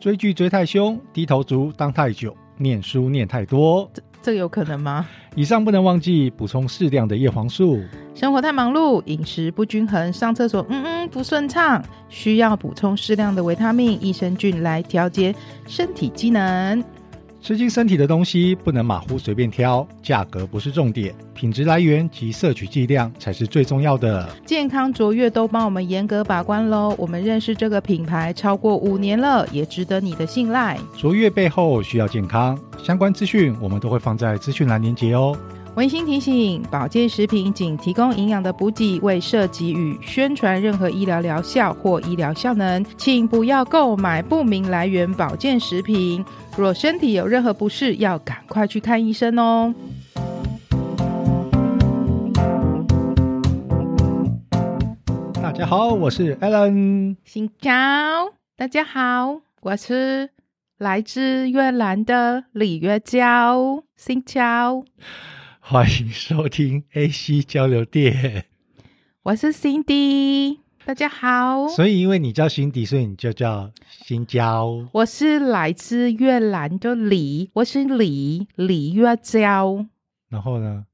追剧追太凶，低头族当太久，念书念太多。这有可能吗？以上不能忘记补充适量的叶黄素。生活太忙碌，饮食不均衡，上厕所嗯嗯不顺畅，需要补充适量的维他命、益生菌来调节身体机能。吃进身体的东西不能马虎随便挑，价格不是重点，品质来源及摄取剂量才是最重要的。健康卓越都帮我们严格把关喽。我们认识这个品牌超过五年了，也值得你的信赖。卓越背后需要健康，相关资讯我们都会放在资讯栏连结哦。温馨提醒：保健食品仅提供营养的补给，未涉及与宣传任何医疗疗效或医疗效能，请不要购买不明来源保健食品。若身体有任何不适，要赶快去看医生哦。大家好，我是 Alan。新交，大家好，我是来自越南的李月娇。新交，欢迎收听 AC 交流电。我是 Cindy，大家好。所以，因为你叫辛迪，所以你就叫新交。我是来自越南的李，我是李李月娇。然后呢？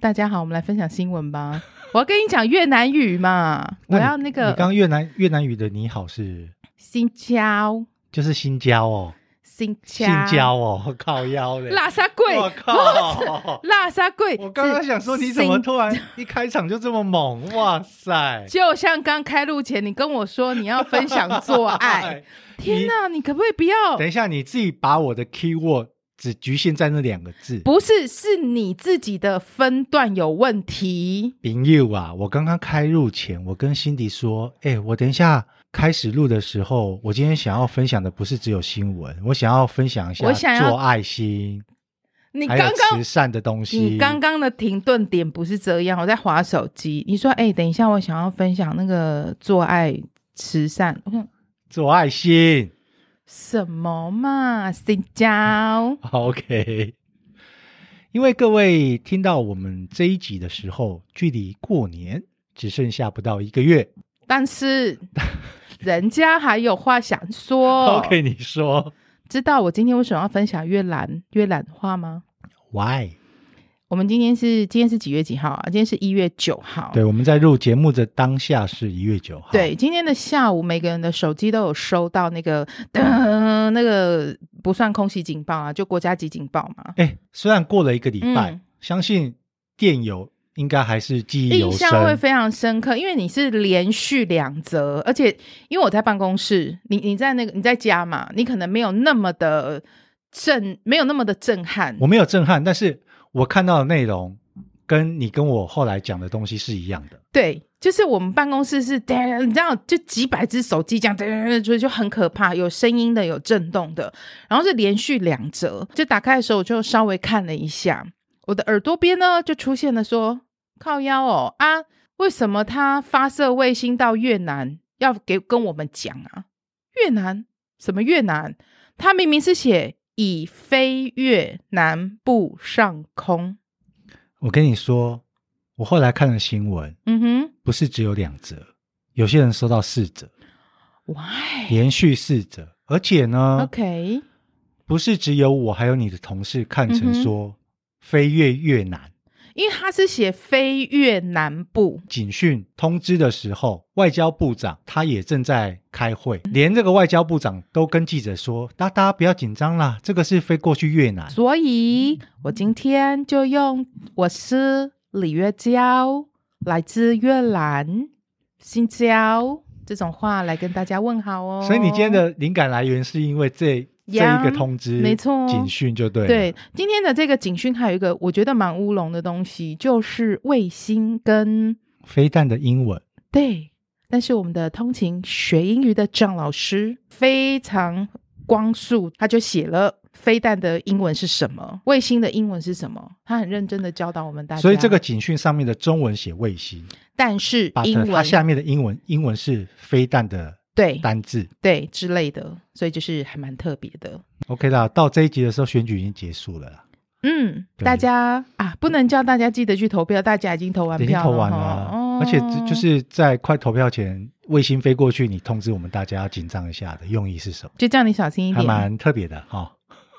大家好，我们来分享新 闻吧。我要跟你讲越南语嘛，我那你要那你刚个刚越南越南语的你好是新交就是新交哦，新新交交哦，靠腰 嘞。辣沙贵，我 靠！辣沙贵。我刚刚想说，你怎么新突然一开场就这么猛？哇塞！ 就像刚开录前，你跟我说你要分享做爱， 哦哎，天哪，你可不可以不要？等一下，你自己把我的 keyword 只局限在那两个字。不是，是你自己的分段有问题。朋友啊，我刚刚开录前，我跟辛迪说，哎、我等一下开始录的时候，我今天想要分享的不是只有新闻，我想要分享一下我想要做爱心，你还刚有刚慈善的东西。你刚刚的停顿点不是这样，我在划手机。你说，哎、等一下，我想要分享那个做爱慈善，我想做爱心。什么嘛，新交 OK，因为各位听到我们这一集的时候，距离过年只剩下不到一个月。但是人家还有话想说。 OK，你说知道我今天为什么要分享越南越南话吗？ Why？我们今天是今天是几月几号啊？今天是一月九号。对，我们在录节目的当下是一月九号。对，今天的下午，每个人的手机都有收到那个噔，那个不算空袭警报啊，就国家级警报嘛。哎，虽然过了一个礼拜，嗯相信电友应该还是记忆犹印深。象会非常深刻，因为你是连续两则，而且因为我在办公室，你你在那个你在家嘛，你可能没有那么的震，没有那么的震撼我。没有震撼，但是我看到的内容跟你跟我后来讲的东西是一样的。对，就是我们办公室是噔，你知道，就几百只手机这样噔噔噔，就就很可怕，有声音的，有震动的，然后是连续两折。就打开的时候，我就稍微看了一下，我的耳朵边呢就出现了说靠腰哦啊，为什么他发射卫星到越南要给跟我们讲啊？越南什么越南？他明明是写已飞越南部上空。我跟你说，我后来看了新闻，嗯哼不是只有两折，有些人收到四折， ，Why？OK、连续四折，而且呢哎 OK 不是只有我，还有你的同事看嗯成哼说、飞越越南。因为他是写飞越南部，警讯通知的时候，外交部长他也正在开会，嗯连这个外交部长都跟记者说：“大家不要紧张啦，这个是飞过去越南。所以我今天就用我是李月娇，来自越南新疆这种话来跟大家问好哦。所以你今天的灵感来源是因为这这呀一个通知，没错警讯就对了。对今天的这个警讯，还有一个我觉得蛮乌龙的东西，就是卫星跟飞弹的英文对，但是我们的通勤学英语的张老师非常光速，他就写了飞弹的英文是什么，卫星的英文是什么，他很认真的教导我们大家。所以这个，警讯上面的中文写卫星，但是把英它文下面的英文英文是飞弹的对单字。对之类的，所以就是还蛮特别的。 OK 啦，到这一集的时候，选举已经结束了啦。嗯，对大家啊，不能叫大家记得去投票，大家已经投完已经票了投完哈了啊哦，哦，而且只就是在快投票前，卫星飞过去，你通知我们大家要紧张一下的用意是什么？就叫你小心一还点。蛮特别的哈、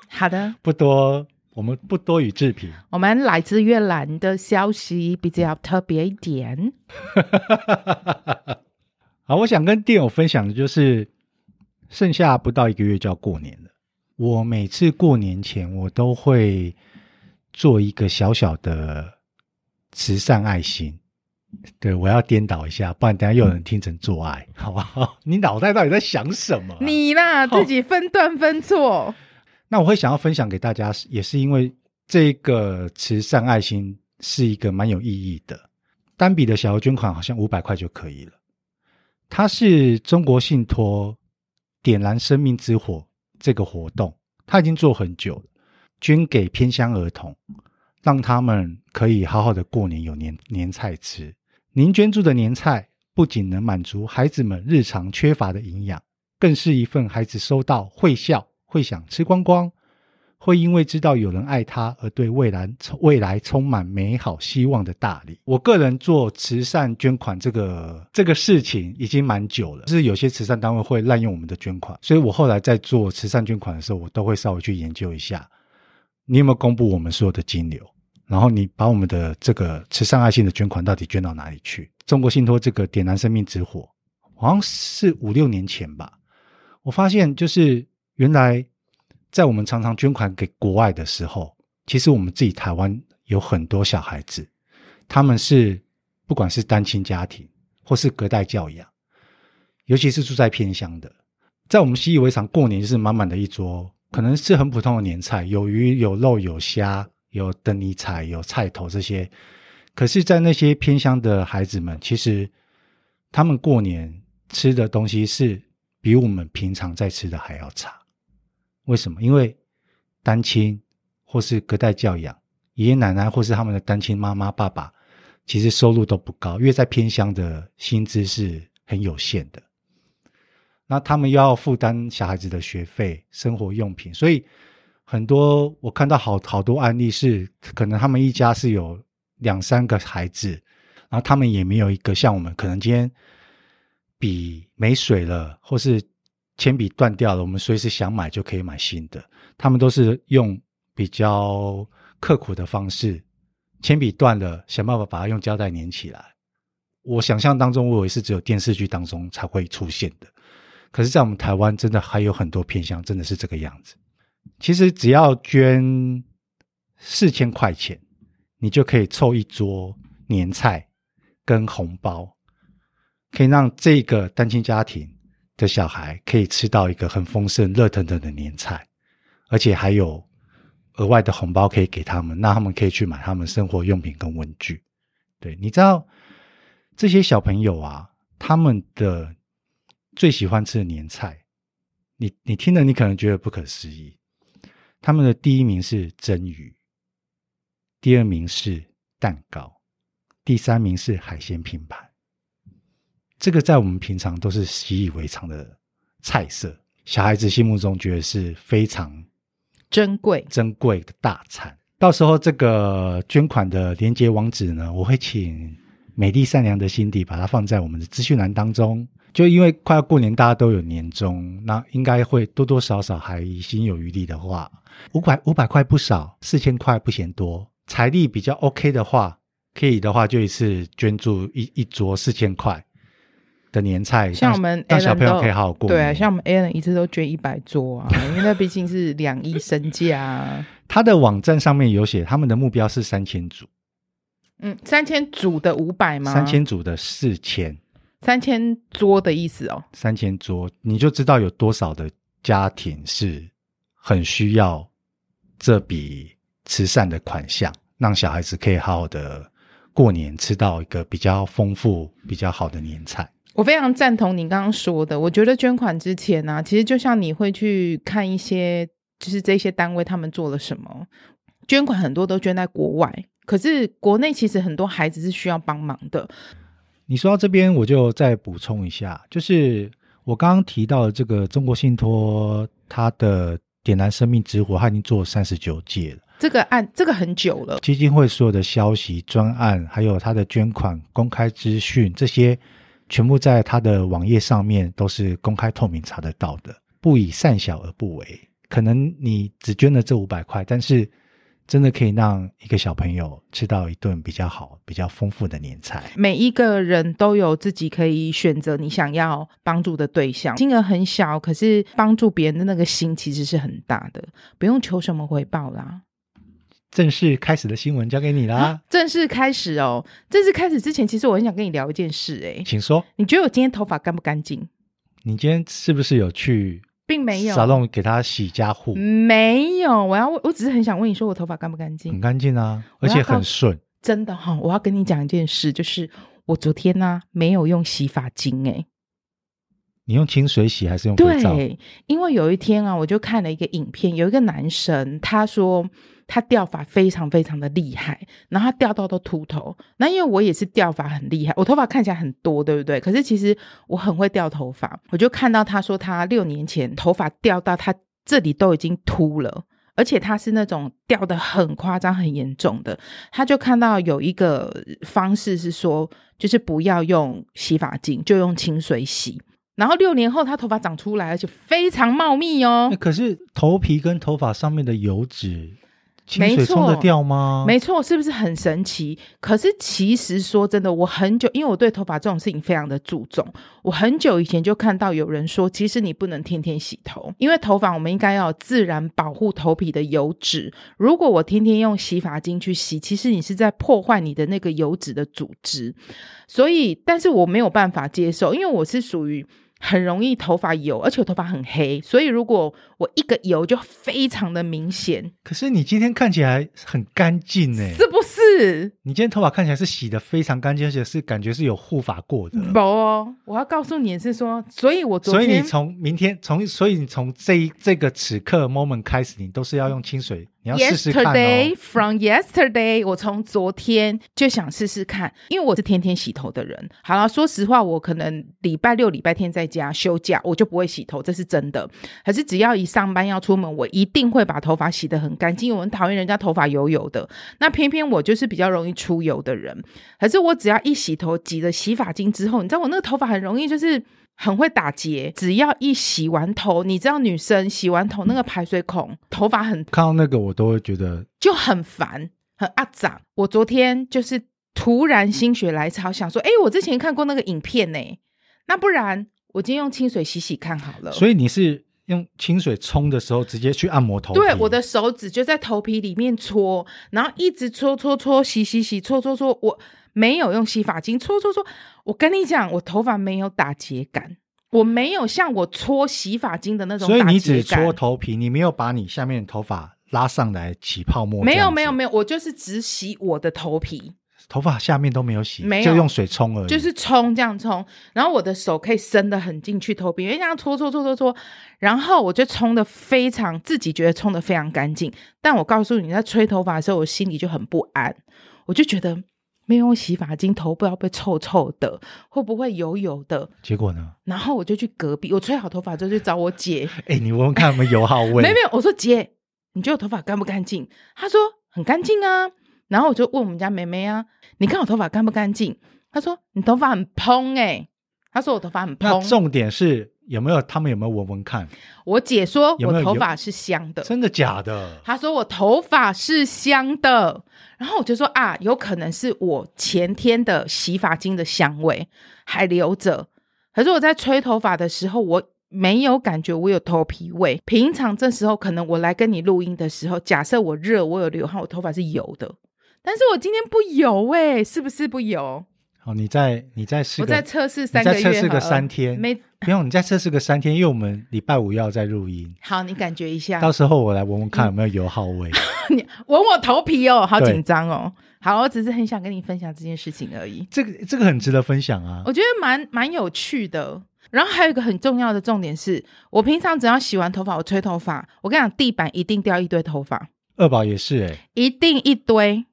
好的，不多，我们不多语置评。我们来自越南的消息比较特别一点。好，我想跟电友分享的就是，剩下不到一个月就要过年了。我每次过年前，我都会做一个小小的慈善爱心。对，我要颠倒一下，不然等下又有人听成做爱，好不好？ 你脑袋到底在想什么啊、你啦，自己分段分错。那我会想要分享给大家，也是因为这个慈善爱心是一个蛮有意义的。单笔的小额捐款好像五百块就可以了。它是中国信托点燃生命之火这个活动，它已经做很久了，捐给偏乡儿童，让他们可以好好的过年，有年年菜吃。您捐助的年菜不仅能满足孩子们日常缺乏的营养，更是一份孩子收到会笑、会想吃光光，会因为知道有人爱他而对未来未来充满美好希望的大礼。我个人做慈善捐款这个这个事情已经蛮久了，就是有些慈善单位会滥用我们的捐款，所以我后来在做慈善捐款的时候，我都会稍微去研究一下，你有没有公布我们所有的金流。然后你把我们的这个慈善爱心的捐款到底捐到哪里去？中国信托这个点燃生命之火，好像是五六年前吧，我发现就是原来在我们常常捐款给国外的时候，其实我们自己台湾有很多小孩子，他们是不管是单亲家庭或是隔代教养，尤其是住在偏乡的，在我们习以为常，过年就是满满的一桌，可能是很普通的年菜，有鱼、有肉、有虾、有灯泥菜、有菜头这些。可是，在那些偏乡的孩子们，其实他们过年吃的东西是比我们平常在吃的还要差。为什么？因为单亲或是隔代教养，爷爷奶奶或是他们的单亲妈妈、爸爸，其实收入都不高，因为在偏乡的薪资是很有限的。那他们又要负担小孩子的学费、生活用品，所以很多我看到好好多案例是，可能他们一家是有两三个孩子，然后他们也没有一个像我们，可能今天笔没水了，或是铅笔断掉了，我们随时想买就可以买新的。他们都是用比较刻苦的方式，铅笔断了，想办法把它用胶带粘起来。我想象当中，我以为是只有电视剧当中才会出现的，可是，在我们台湾，真的还有很多偏向，真的是这个样子。其实只要捐四千块钱，你就可以凑一桌年菜跟红包，可以让这个单亲家庭的小孩可以吃到一个很丰盛、热腾腾的年菜，而且还有额外的红包可以给他们，让他们可以去买他们生活用品跟文具。对，你知道这些小朋友啊，他们的最喜欢吃的年菜，你你听了你可能觉得不可思议，他们的第一名是蒸鱼，第二名是蛋糕，第三名是海鲜拼盘。这个在我们平常都是习以为常的菜色，小孩子心目中觉得是非常珍贵，珍贵的大餐。到时候这个捐款的连接网址呢，我会请美丽善良的辛迪把它放在我们的资讯栏当中。就因为快要过年，大家都有年终，那应该会多多少少还心有余力的话，五百五百块不少，四千块不嫌多。财力比较 OK 的话，可以的话就一次捐助一一桌四千块的年菜，像我让们让小 Alan 朋友都可以好好过对啊，年像我们 Alan 一次都捐一百 桌啊，因为那毕竟是两亿身价啊。他的网站上面有写，他们的目标是三千组，嗯，三千组的五百吗？三千组的四千。三千桌的意思哦。三千桌，你就知道有多少的家庭是很需要这笔慈善的款项，让小孩子可以好好的过年吃到一个比较丰富、比较好的年菜。我非常赞同你刚刚说的，我觉得捐款之前呢、其实就像你会去看一些，就是这些单位他们做了什么，捐款很多都捐在国外，可是国内其实很多孩子是需要帮忙的，你说到这边，我就再补充一下，就是我刚刚提到的这个中国信托，它的点燃生命之火，它已经做三十九届了。这个案这个很久了，基金会所有的消息、专案，还有它的捐款公开资讯，这些全部在它的网页上面都是公开透明查得到的。不以善小而不为，可能你只捐了这五百块，但是真的可以让一个小朋友吃到一顿比较好、比较丰富的年菜。每一个人都有自己可以选择你想要帮助的对象，金额很小，可是帮助别人的那个心其实是很大的，不用求什么回报啦。啊正式开始的新闻交给你啦，正式开始哦，正式开始之前，其实我很想跟你聊一件事、诶，哎，请说，你觉得我今天头发干不干净？你今天是不是有去并没有，嗯沙龙给他洗家护？没有，我要问，我只是很想问你说我头发干不干净？很干净啊，我而要且告很顺。真的哈、我要跟你讲一件事，就是我昨天呢、没有用洗发精哎、你用清水洗还是用肥皂？对，因为有一天啊，我就看了一个影片，有一个男生他说他掉发非常非常的厉害，然后他掉到都秃头。那因为我也是掉发很厉害，我头发看起来很多，对不对？可是其实我很会掉头发，我就看到他说他六年前头发掉到他这里都已经秃了。而且他是那种掉的很夸张、很严重的，他就看到有一个方式是说，就是不要用洗发精，就用清水洗。然后六年后，他头发长出来，而且非常茂密哦那。可是头皮跟头发上面的油脂，清没水冲得错掉吗？没错，是不是很神奇？可是其实说真的，我很久，因为我对头发这种事情非常的注重，我很久以前就看到有人说，其实你不能天天洗头，因为头发我们应该要有自然保护头皮的油脂。如果我天天用洗发精去洗，其实你是在破坏你的那个油脂的组织。所以，但是我没有办法接受，因为我是属于。很容易头发油，而且我头发很黑，所以如果我一个油就非常的明显，可是你今天看起来很干净呢，是不是？你今天头发看起来是洗的非常干净，而且是感觉是有护发过的。不哦，我要告诉你的是说，所以我昨所以你天从明天从，所以你从这一这个此刻 moment 开始，你都是要用清水，你要试试看 yesterday 哦。 from yesterday，我从昨天就想试试看，因为我是天天洗头的人。好了，说实话，我可能礼拜六、礼拜天在家休假，我就不会洗头，这是真的。可是只要一上班要出门，我一定会把头发洗得很干净。因为我很讨厌人家头发油油的，那偏偏我就是比较容易出油的人。可是我只要一洗头，挤了洗发精之后，你知道我那个头发很容易就是。很会打结，只要一洗完头，你知道女生洗完头那个排水孔，头发很看到那个我都会觉得，就很烦，很阿杂。我昨天就是突然心血来潮，想说，哎、我之前看过那个影片呢、那不然我今天用清水洗洗看好了。所以你是用清水冲的时候直接去按摩头皮。对，我的手指就在头皮里面搓，然后一直搓搓搓，洗洗洗，搓搓搓。我没有用洗发精搓搓搓。我跟你讲，我头发没有打结感，我没有像我搓洗发精的那种所以打你结只感。搓头皮，你没有把你下面的头发拉上来起泡沫。没有没有有，没有，我就是只洗我的头皮。头发下面都没有洗，没有就用水冲而已。就是冲这样冲，然后我的手可以伸得很进去头皮，因为这样搓搓搓搓搓，然后我就冲的非常，自己觉得冲的非常干净。但我告诉你，在吹头发的时候，我心里就很不安，我就觉得没有用洗发精，头不知道被臭臭的，会不会油油的。结果呢？然后我就去隔壁，我吹好头发之后去找我姐，哎，你闻闻看有没有油耗味？ 没有没有，我说姐，你觉得我头发干不干净？她说很干净啊。然后我就问我们家妹妹啊，你看我头发干不干净？她说你头发很蓬哎、她说我头发很那蓬。重点是有没有他们有没有闻闻看？我姐说有没我有头油发是香的，真的假的？她说我头发是香的。然后我就说啊，有可能是我前天的洗发精的香味还留着。可是我在吹头发的时候，我没有感觉我有头皮味。平常这时候，可能我来跟你录音的时候，假设我热，我有流汗，我头发是油的。但是我今天不油哎、是不是不油？好，你再你再试我个再测试你三个再月，测试个三天没不用，你再测试个三天，因为我们礼拜五要再录音，好，你感觉一下。到时候我来闻闻看有没有油耗味。你闻我头皮哦，好对紧张哦。好，我只是很想跟你分享这件事情而已，这个这个很值得分享啊！我觉得蛮蛮有趣的。然后还有一个很重要的重点是，我平常只要洗完头发，我吹头发，我跟你讲，地板一定掉一堆头发，二宝也是哎、一定一堆。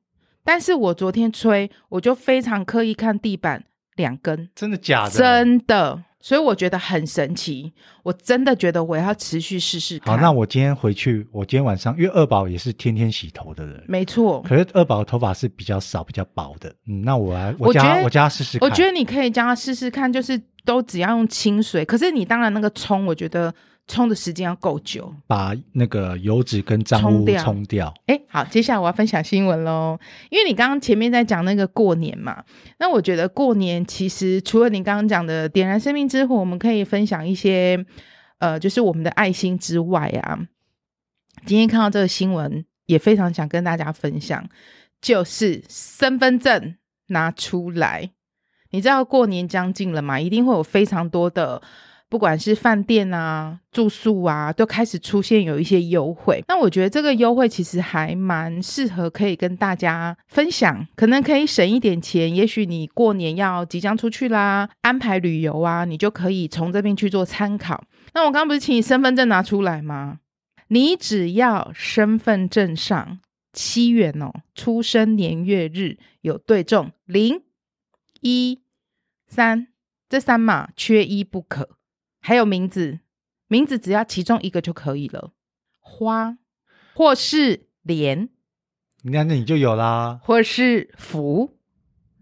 但是我昨天吹，我就非常刻意看地板两根，啊真的假的？真的。所以我觉得很神奇，我真的觉得我要持续试试看。好，那我今天回去，我今天晚上，因为二宝也是天天洗头的人，没错，可是二宝的头发是比较少、比较薄的。嗯，那我来，我我叫觉他得我叫他试试看。我觉得你可以叫他试试看，就是都只要用清水，可是你当然那个冲，我觉得冲的时间要够久。把那个油脂跟脏冲污掉冲掉。哎，好，接下来我要分享新闻喽。因为你刚刚前面在讲那个过年嘛，那我觉得过年其实除了你刚刚讲的点燃生命之火，我们可以分享一些呃，就是我们的爱心之外啊。今天看到这个新闻，也非常想跟大家分享，就是身份证拿出来。你知道过年将近了嘛，一定会有非常多的，不管是饭店啊、住宿啊，都开始出现有一些优惠。那我觉得这个优惠其实还蛮适合，可以跟大家分享，可能可以省一点钱。也许你过年要即将出去啦，安排旅游啊，你就可以从这边去做参考。那我刚刚不是请你身份证拿出来吗？你只要身份证上七元哦，出生年月日有对中零、一、三这三码缺一不可，还有名字，名字只要其中一个就可以了，花或是莲，那那你就有啦，或是福，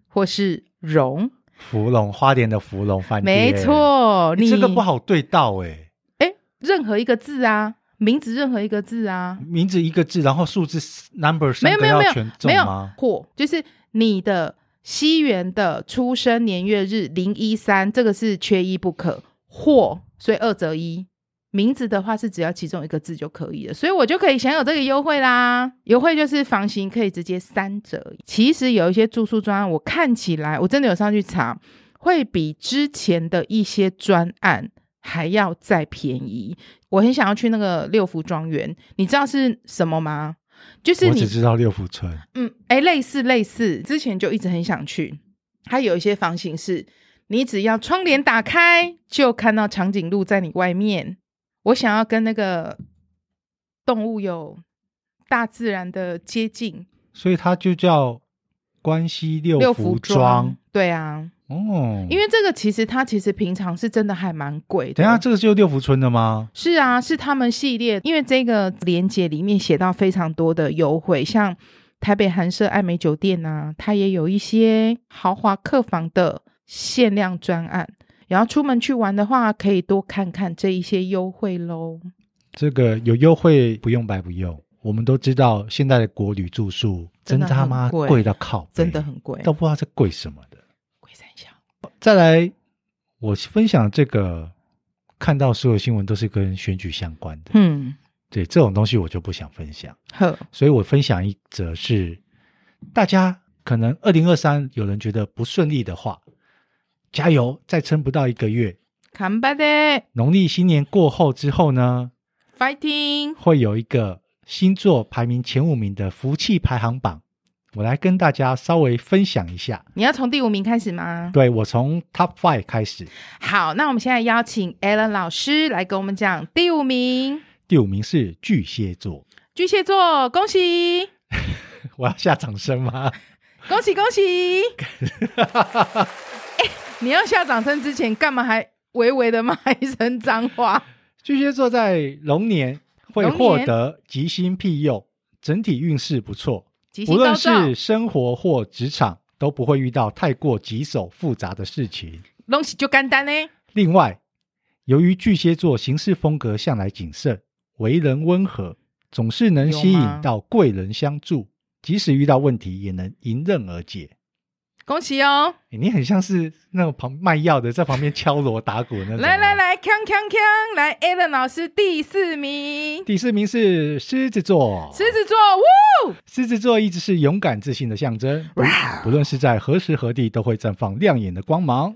或是荣，芙蓉花莲的芙蓉饭店，没，错，你这个不好对到哎、哎，任何一个字啊，名字任何一个字啊，名字一个字，然后数字 number 没三有个没有要没有全中没有吗？或就是你的西元的出生年月日零一三，这个是缺一不可，或所以二择一。名字的话是只要其中一个字就可以了，所以我就可以享有这个优惠啦。优惠就是房型可以直接三折。其实有一些住宿专案，我看起来我真的有上去查，会比之前的一些专案还要再便宜。我很想要去那个六福庄园，你知道是什么吗？就是我你只知道六福村，嗯，哎，类似类似，之前就一直很想去。它有一些房型是，你只要窗帘打开，就看到长颈鹿在你外面。我想要跟那个动物有大自然的接近，所以它就叫关西六福庄。，对啊，哦，因为这个其实它其实平常是真的还蛮贵的。等一下这个就是六福村的吗？是啊，是他们系列，因为这个连接里面写到非常多的优惠，像台北韩舍爱美酒店啊，它也有一些豪华客房的限量专案。然后出门去玩的话，可以多看看这一些优惠喽。这个有优惠不用白不用。我们都知道现在的国旅住宿真真的他妈很贵贵到靠背，真的很贵，都不知道在贵什么的。贵三小。再来，我分享这个，看到所有新闻都是跟选举相关的，嗯，对这种东西我就不想分享，呵，所以我分享一则是大家可能二零二三有人觉得不顺利的话，加油，再撑不到一个月，看吧的农历新年过后之后呢， ，fighting，会有一个星座排名前五名的福气排行榜，我来跟大家稍微分享一下。你要从第五名开始吗？对我从 Top Five 开始，好，那我们现在邀请 Alan 老师来给我们讲第五名，第五名是巨蟹座。 巨蟹座，恭喜！我要下掌声吗？恭喜恭 喜！哎你要下掌声之前，干嘛还微微的骂一声脏话？巨蟹座在龙年会获得吉星庇佑，整体运势不错，吉无星论高照，是生活或职场都不会遇到太过棘手复杂的事情。东西就干单呢。另外，由于巨蟹座行事风格向来谨慎，为人温和，总是能吸有吗引到贵人相助，即使遇到问题也能迎刃而解。恭喜哦！诶你很像是那种旁卖药的在旁边敲锣打鼓那种哦。来来来，锵锵锵！来，Alan 老师第四名，第四名是狮子座，狮子座，呜！狮子座一直是勇敢自信的象征，不不论是在何时何地都会绽放亮眼的光芒。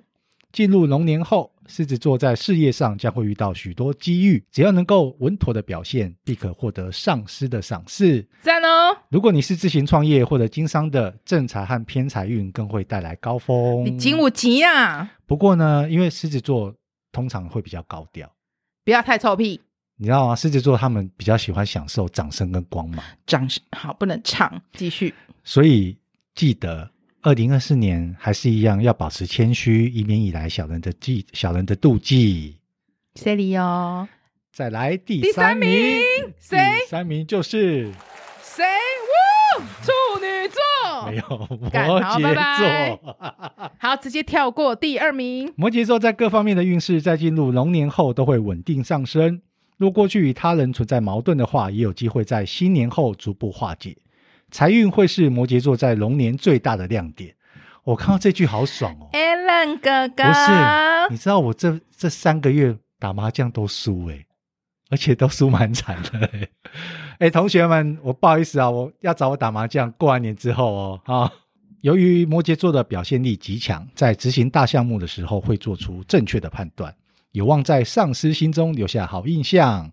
进入龙年后，狮子座在事业上将会遇到许多机遇，只要能够稳妥的表现，必可获得上司的赏识。赞哦！如果你是自行创业或者经商的，正财和偏财运更会带来高峰。你金五级啊，不过呢，因为狮子座通常会比较高调，不要太臭屁。你知道吗？狮子座他们比较喜欢享受掌声跟光芒。掌声好，不能唱，继续。所以记得，二零二四年还是一样要保持谦虚，以免引来小人的忌、小人的妒忌。谁理哦？再来第第三三名，名谁第三名就是谁？呜，处女座没。有摩哦干好羯拜拜座。好，直接跳过第二名。 摩羯座在各方面的运势在进入龙年后都会稳定上升。若过去与他人存在矛盾的话，也有机会在新年后逐步化解。财运会是摩羯座在龙年最大的亮点。我看到这句好爽哦！ Alan 哥不哥，是，你知道我这这三个月打麻将都输诶、而且都输蛮惨的、欸。 哎、同学们，我不好意思啊，我要找我打麻将，过完年之后哦，哈、由于摩羯座的表现力极强，在执行大项目的时候会做出正确的判断，有望在上司心中留下好印象。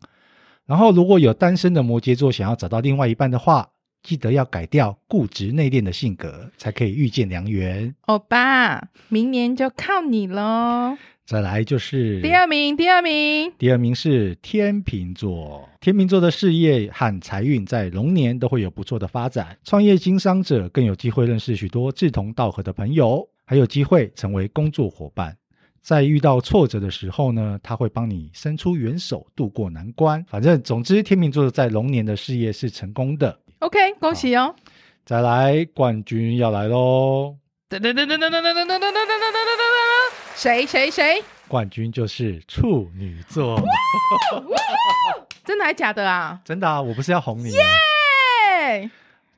然后，如果有单身的摩羯座想要找到另外一半的话，记得要改掉固执内敛的性格，才可以遇见良缘。欧巴，明年就靠你喽。再来就是第二名，第二名，第二名是天秤座，天秤座的事业和财运在龙年都会有不错的发展，创业经商者更有机会认识许多志同道合的朋友，还有机会成为工作伙伴。在遇到挫折的时候呢，他会帮你伸出援手，渡过难关。反正，总之，天秤座在龙年的事业是成功的。 OK，恭喜哦！再来，冠军要来喽！噔噔噔噔噔噔噔噔噔噔噔噔噔噔噔噔噔，谁谁谁？冠军就是处女座。真的还假的啊？真的啊，我不是要哄你啊。哎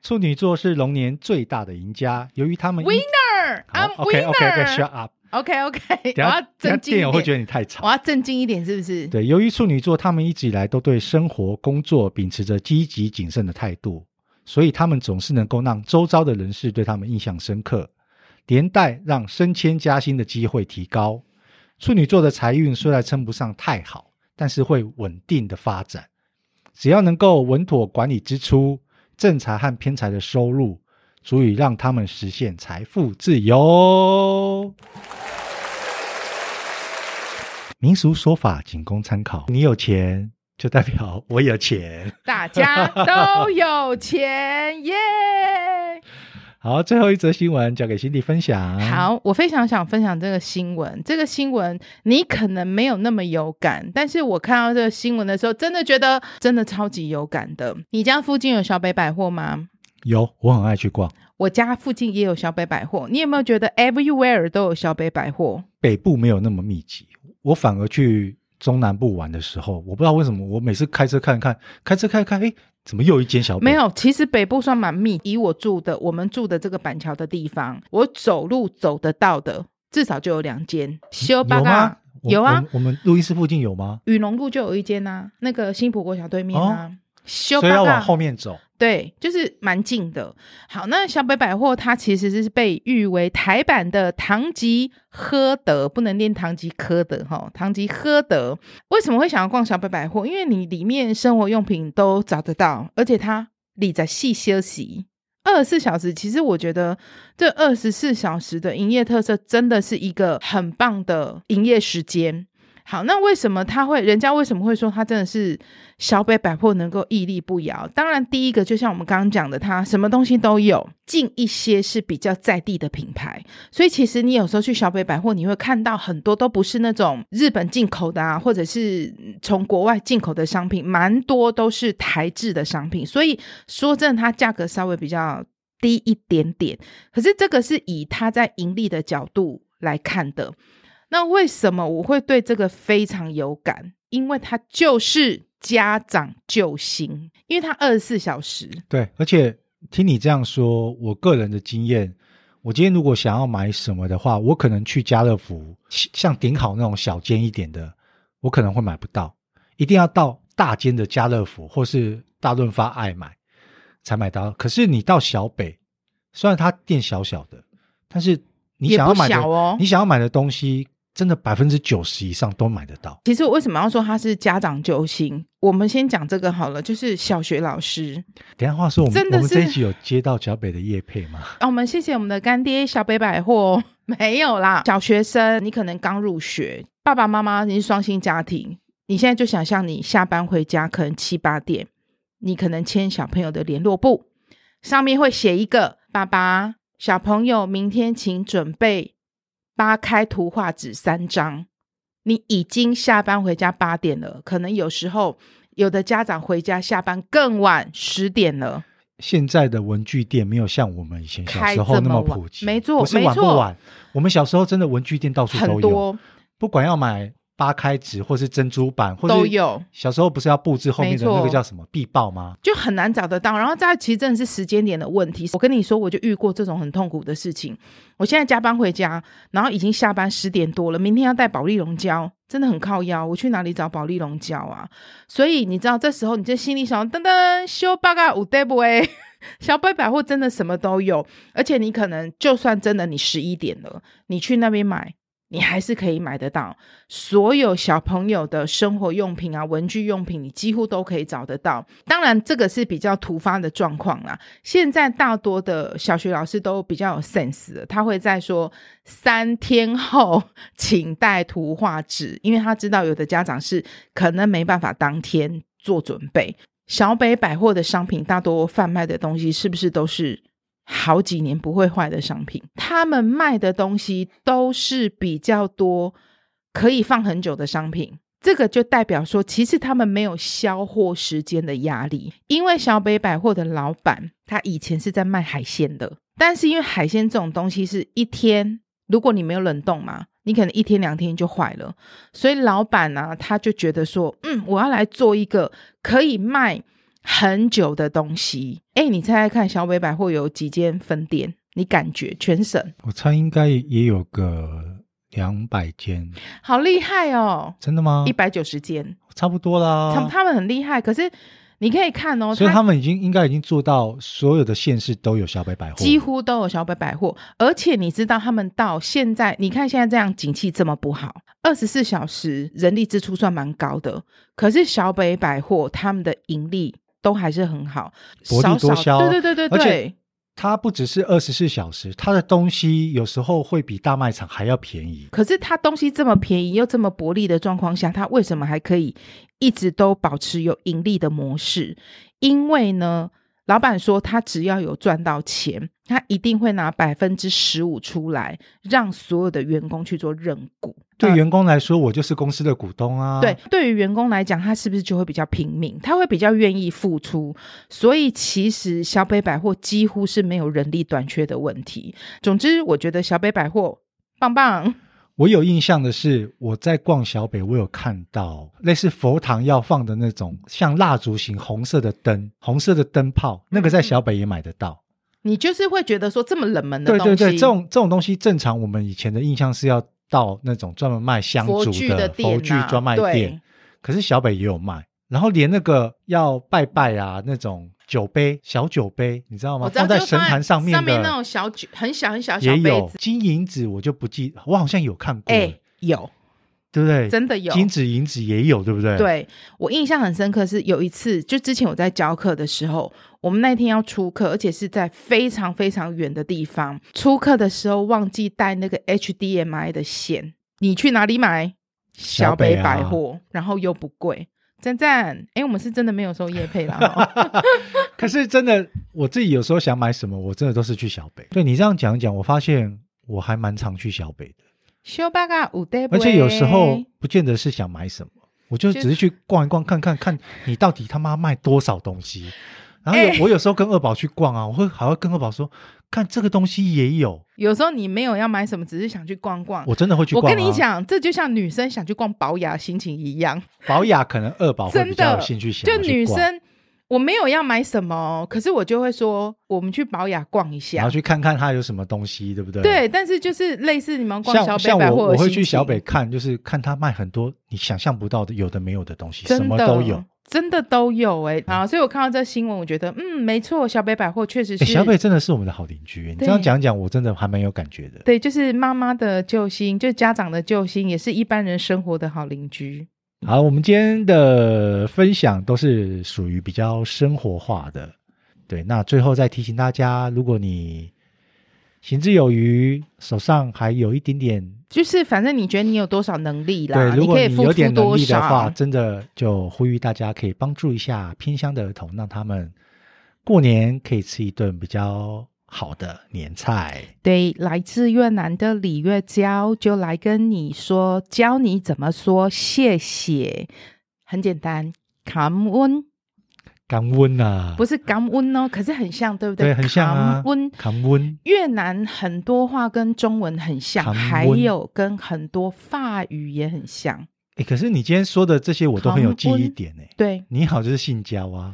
处女座是龙年最大的赢家，由于他们一好，Winner，I'm OK OK OK，shut winner。 up。 OK OK，我等下要等下正经电一友会觉得点，你太我吵。要正经一点，是不是？对，由于处女座他们一直以来都对生活、工作秉持着积极谨慎的态度，所以他们总是能够让周遭的人士对他们印象深刻，连带让升迁加薪的机会提高。处女座的财运虽然称不上太好，但是会稳定的发展。只要能够稳妥管理支出，正财和偏财的收入，足以让他们实现财富自由。民俗说法仅供参考，你有钱就代表 我有钱。大家都有钱耶！好，最后一则新闻交给辛迪分享。，好，我非常想分享这个新闻。这个新闻你可能没有那么有感，但是我看到这个新闻的时候，真的觉得真的超级有感的。你家附近有小北百货吗？有我很爱去逛我家附近也有小北百货。你有没有觉得 everywhere 都有小北百货？北部，没有那么密集，我反而去中南部玩的时候，我不知道为什么，我每次开车看看，开车看看，哎，怎么又一间小北没有，其实北部算蛮密。以我住的，我们住的这个板桥的地方，我走路走得到的，至少就有两间。嗯修有巴吗嘎？我有啊我们我们录音室附近有吗？雨龙路就有一间呐、那个新浦国小对面啊。修哦所以巴要嘎往后面走。对，就是蛮近的。好，那小北百货它其实是被誉为台版的唐吉诃德，不能念唐吉诃德哈，唐吉诃德。为什么会想要逛小北百货？因为你里面生活用品都找得到，而且它里在细休息。二十四小时，其实我觉得这二十四小时的营业特色真的是一个很棒的营业时间。好，那为什么他会？人家为什么会说他真的是小北百货能够屹立不摇？当然，第一个就像我们刚刚讲的，它什么东西都有，近一些是比较在地的品牌，所以其实你有时候去小北百货，你会看到很多都不是那种日本进口的啊，或者是嗯从国外进口的商品，蛮多都是台制的商品。所以说真的，它价格稍微比较低一点点，可是这个是以它在盈利的角度来看的。那为什么我会对这个非常有感？因为它就是家长救星，因为它二十四小时。对，而且听你这样说，我个人的经验，我今天如果想要买什么的话，我可能去家乐福，像像顶好那种小间一点的，我可能会买不到，一定要到大间的家乐福或是大润发爱买才买到。可是你到小北，虽然它店小小的，但是你也想要不买的，小哦你想要买的东西，真的百分之九十以上都买得到。其实我为什么要说它是家长救星？我们先讲这个好了，就是小学老师。等一下话说，我们真的我们是这一集有接到小北的叶配吗？啊，我们谢谢我们的干爹小北百货哦。 没有啦，小学生你可能刚入学，爸爸妈妈你是双薪家庭，你现在就想象你下班回家可能七八点，你可能签小朋友的联络簿，上面会写一个爸爸小朋友，明天请准备八开图画纸三张。你已经下班回家八点了，可能有时候有的家长回家下班更晚，十点了。现在的文具店没有像我们以前小时候那普及，开这么晚没错不是晚不没错晚。我们小时候真的文具店到处很都有，多不管要买八开纸或是珍珠板，或都是有，小时候不是要布置后面的没错那个叫什么壁报吗？就很难找得到。然后再其实真的是时间点的问题。我跟你说，我就遇过这种很痛苦的事情。我现在加班回家，然后已经下班十点多了，明天要带保利龙胶，真的很靠腰。我去哪里找保利龙胶啊？所以你知道，这时候你这心里想，噔噔，修八嘎五 day 不哎。小北百货真的什么都有，而且你可能就算真的你十一点了，你去那边买，你还是可以买得到所有小朋友的生活用品啊、文具用品，你几乎都可以找得到。当然，这个是比较突发的状况啦。现在大多的小学老师都比较有 sense 的，他会在说三天后请带图画纸，因为他知道有的家长是可能没办法当天做准备。小北百货的商品大多贩卖的东西是不是都是好几年不会坏的商品？他们卖的东西都是比较多可以放很久的商品。这个就代表说，其实他们没有销货时间的压力，因为小北百货的老板他以前是在卖海鲜的，但是因为海鲜这种东西是一天，如果你没有冷冻嘛，你可能一天两天就坏了。所以老板呢、他就觉得说，嗯，我要来做一个可以卖很久的东西。哎，你猜猜看，小北百货有几间分店？你感觉全省我猜应该也有个两百间，好厉害哦，真的吗一？百九十间，差不多啦，他们他们很厉害。可是你可以看哦，嗯所以它他们已经应该已经做到所有的县市都有小北百货，几乎都有小北百货，而且你知道他们到现在，你看现在这样景气这么不好，二十四小时人力支出算蛮高的，可是小北百货他们的盈利都还是很好，薄利多销少少对对对对而且对，它不只是二十四小时，它的东西有时候会比大卖场还要便宜。可是它东西这么便宜又这么薄利的状况下，它为什么还可以一直都保持有盈利的模式？因为呢，老板说他只要有赚到钱，他一定会拿百分之十五出来，让所有的员工去做认股。对员工来说，我就是公司的股东啊。嗯对，，对于员工来讲，他是不是就会比较拼命？他会比较愿意付出。所以其实小北百货几乎是没有人力短缺的问题。总之，我觉得小北百货棒棒。我有印象的是，我在逛小北，我有看到类似佛堂要放的那种像蜡烛型红色的灯、红色的灯泡，嗯那个在小北也买得到。你就是会觉得说这么冷门的对嗯东西，对对，这种这种东西，正常我们以前的印象是要到那种专门卖香佛烛具的店、啊、佛具专卖店对，，可是小北也有卖，然后连那个要拜拜啊那种酒杯、小酒杯，你知道吗？我知道在就神坛上上面的面那种小酒，很小很小的小也杯有子，金银子，我就不记，我好像有看过，哎、有对不对？真的有，金子、银子也有，对不对？，对我印象很深刻是有一次，就之前我在教课的时候，我们那天要出课，而且是在非常非常远的地方。出课的时候忘记带那个 HDMI 的线，你去哪里买？小小北北啊百货，然后又不贵。赞赞，哎，我们是真的没有收业配啦。哦可是真的，我自己有时候想买什么，我真的都是去小北。对你这样讲一讲，我发现我还蛮常去小北的，修八嘎五 day，而且有时候不见得是想买什么。我就只是去逛一逛，看看看你到底他妈卖多少东西。然后有、哎我有时候跟二宝去逛啊，我会还会跟二宝说，看这个东西也有，有时候你没有要买什么，只是想去逛逛。我真的会去我逛、啊。跟你，讲，这就像女生想去逛保养心情一样。保雅可能二宝会真比的较有兴趣想就要去女逛，生，我没有要买什么哦，可是我就会说，我们去宝雅逛一然后下。去看看它有什么东西，对不对？。对，但是就是类似你们逛像小北像百我货我的心情，会去小北看，就是看他卖很多你想象不到的有的没有的东西，真什的么都有。。真的都有哎、啊！所以我看到这新闻，我觉得嗯，没错，小北百货确实是、哎，小北真的是我们的好邻居，你这样讲讲，我真的还蛮有感觉的。对，就是妈妈的救星，就是家长的救星，也是一般人生活的好邻居。好，我们今天的分享都是属于比较生活化的。对，那最后再提醒大家，如果你行之有余，手上还有一点点，就是反正你觉得你有多少能力啦，对，如果可以你付有出点能多力的话，少。真的就呼吁大家可以帮助一下偏乡的儿童，让他们过年可以吃一顿比较好的年菜。对，来自越南的李月娇就来跟你说，教你怎么说谢谢，很简单，感恩感温啊，不是是感恩哦，可是很像，对不对，很像啊，感恩感温越南很多话跟中文很像，感恩还有跟很多法语也很像。哎，可是你今天说的这些我都很有记忆点哎。对，你好，就是性交啊，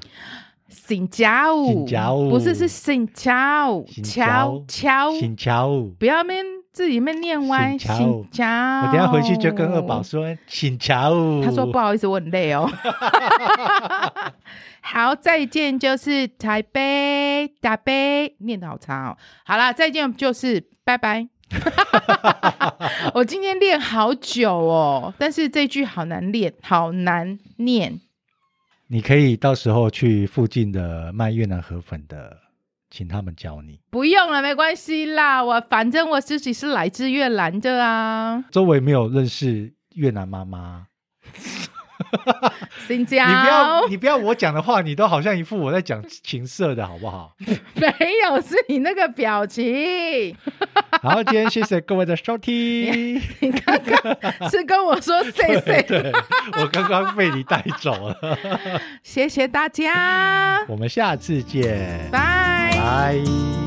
请教，请教不是是请教，请敲教敲，性交。我不要面自己面念歪，请教请教。我等一下回去就跟二宝说性交。他说不好意思，我很累哦。 好，再见就是台北，台北念的好差哦。好啦，再见就是拜拜。 我今天练好久哦，但是这句好难练，好难念。你可以到时候去附近的卖越南河粉的，请他们教你。不用了，没关系啦，我反正我自己是来自越南的啊，周围没有认识越南妈妈，新你疆。不要你不要我讲的话，你都好像一副我在讲情色的好不好？ 没有，是你那个表情。好，今天谢谢各位的收听。 你刚刚是跟我说谢谢，对，我刚刚被你带走了。谢谢大家，我们下次见， 拜。拜。